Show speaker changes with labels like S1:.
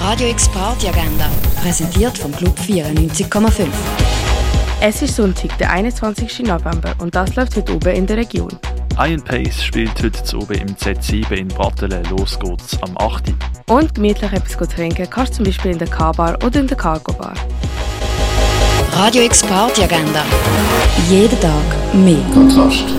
S1: Radio X Party Agenda, präsentiert vom Club 94,5.
S2: Es ist Sonntag, der 21. November und das läuft heute oben in der Region.
S3: Iron Pace spielt heute oben im Z7 in Brattelen. Los geht's am 8. Uhr.
S2: Und gemütlich etwas gut trinken kannst du zum Beispiel in der K-Bar oder in der Cargo Bar.
S1: Radio X Party Agenda. Jeden Tag mehr.
S4: Kontrast.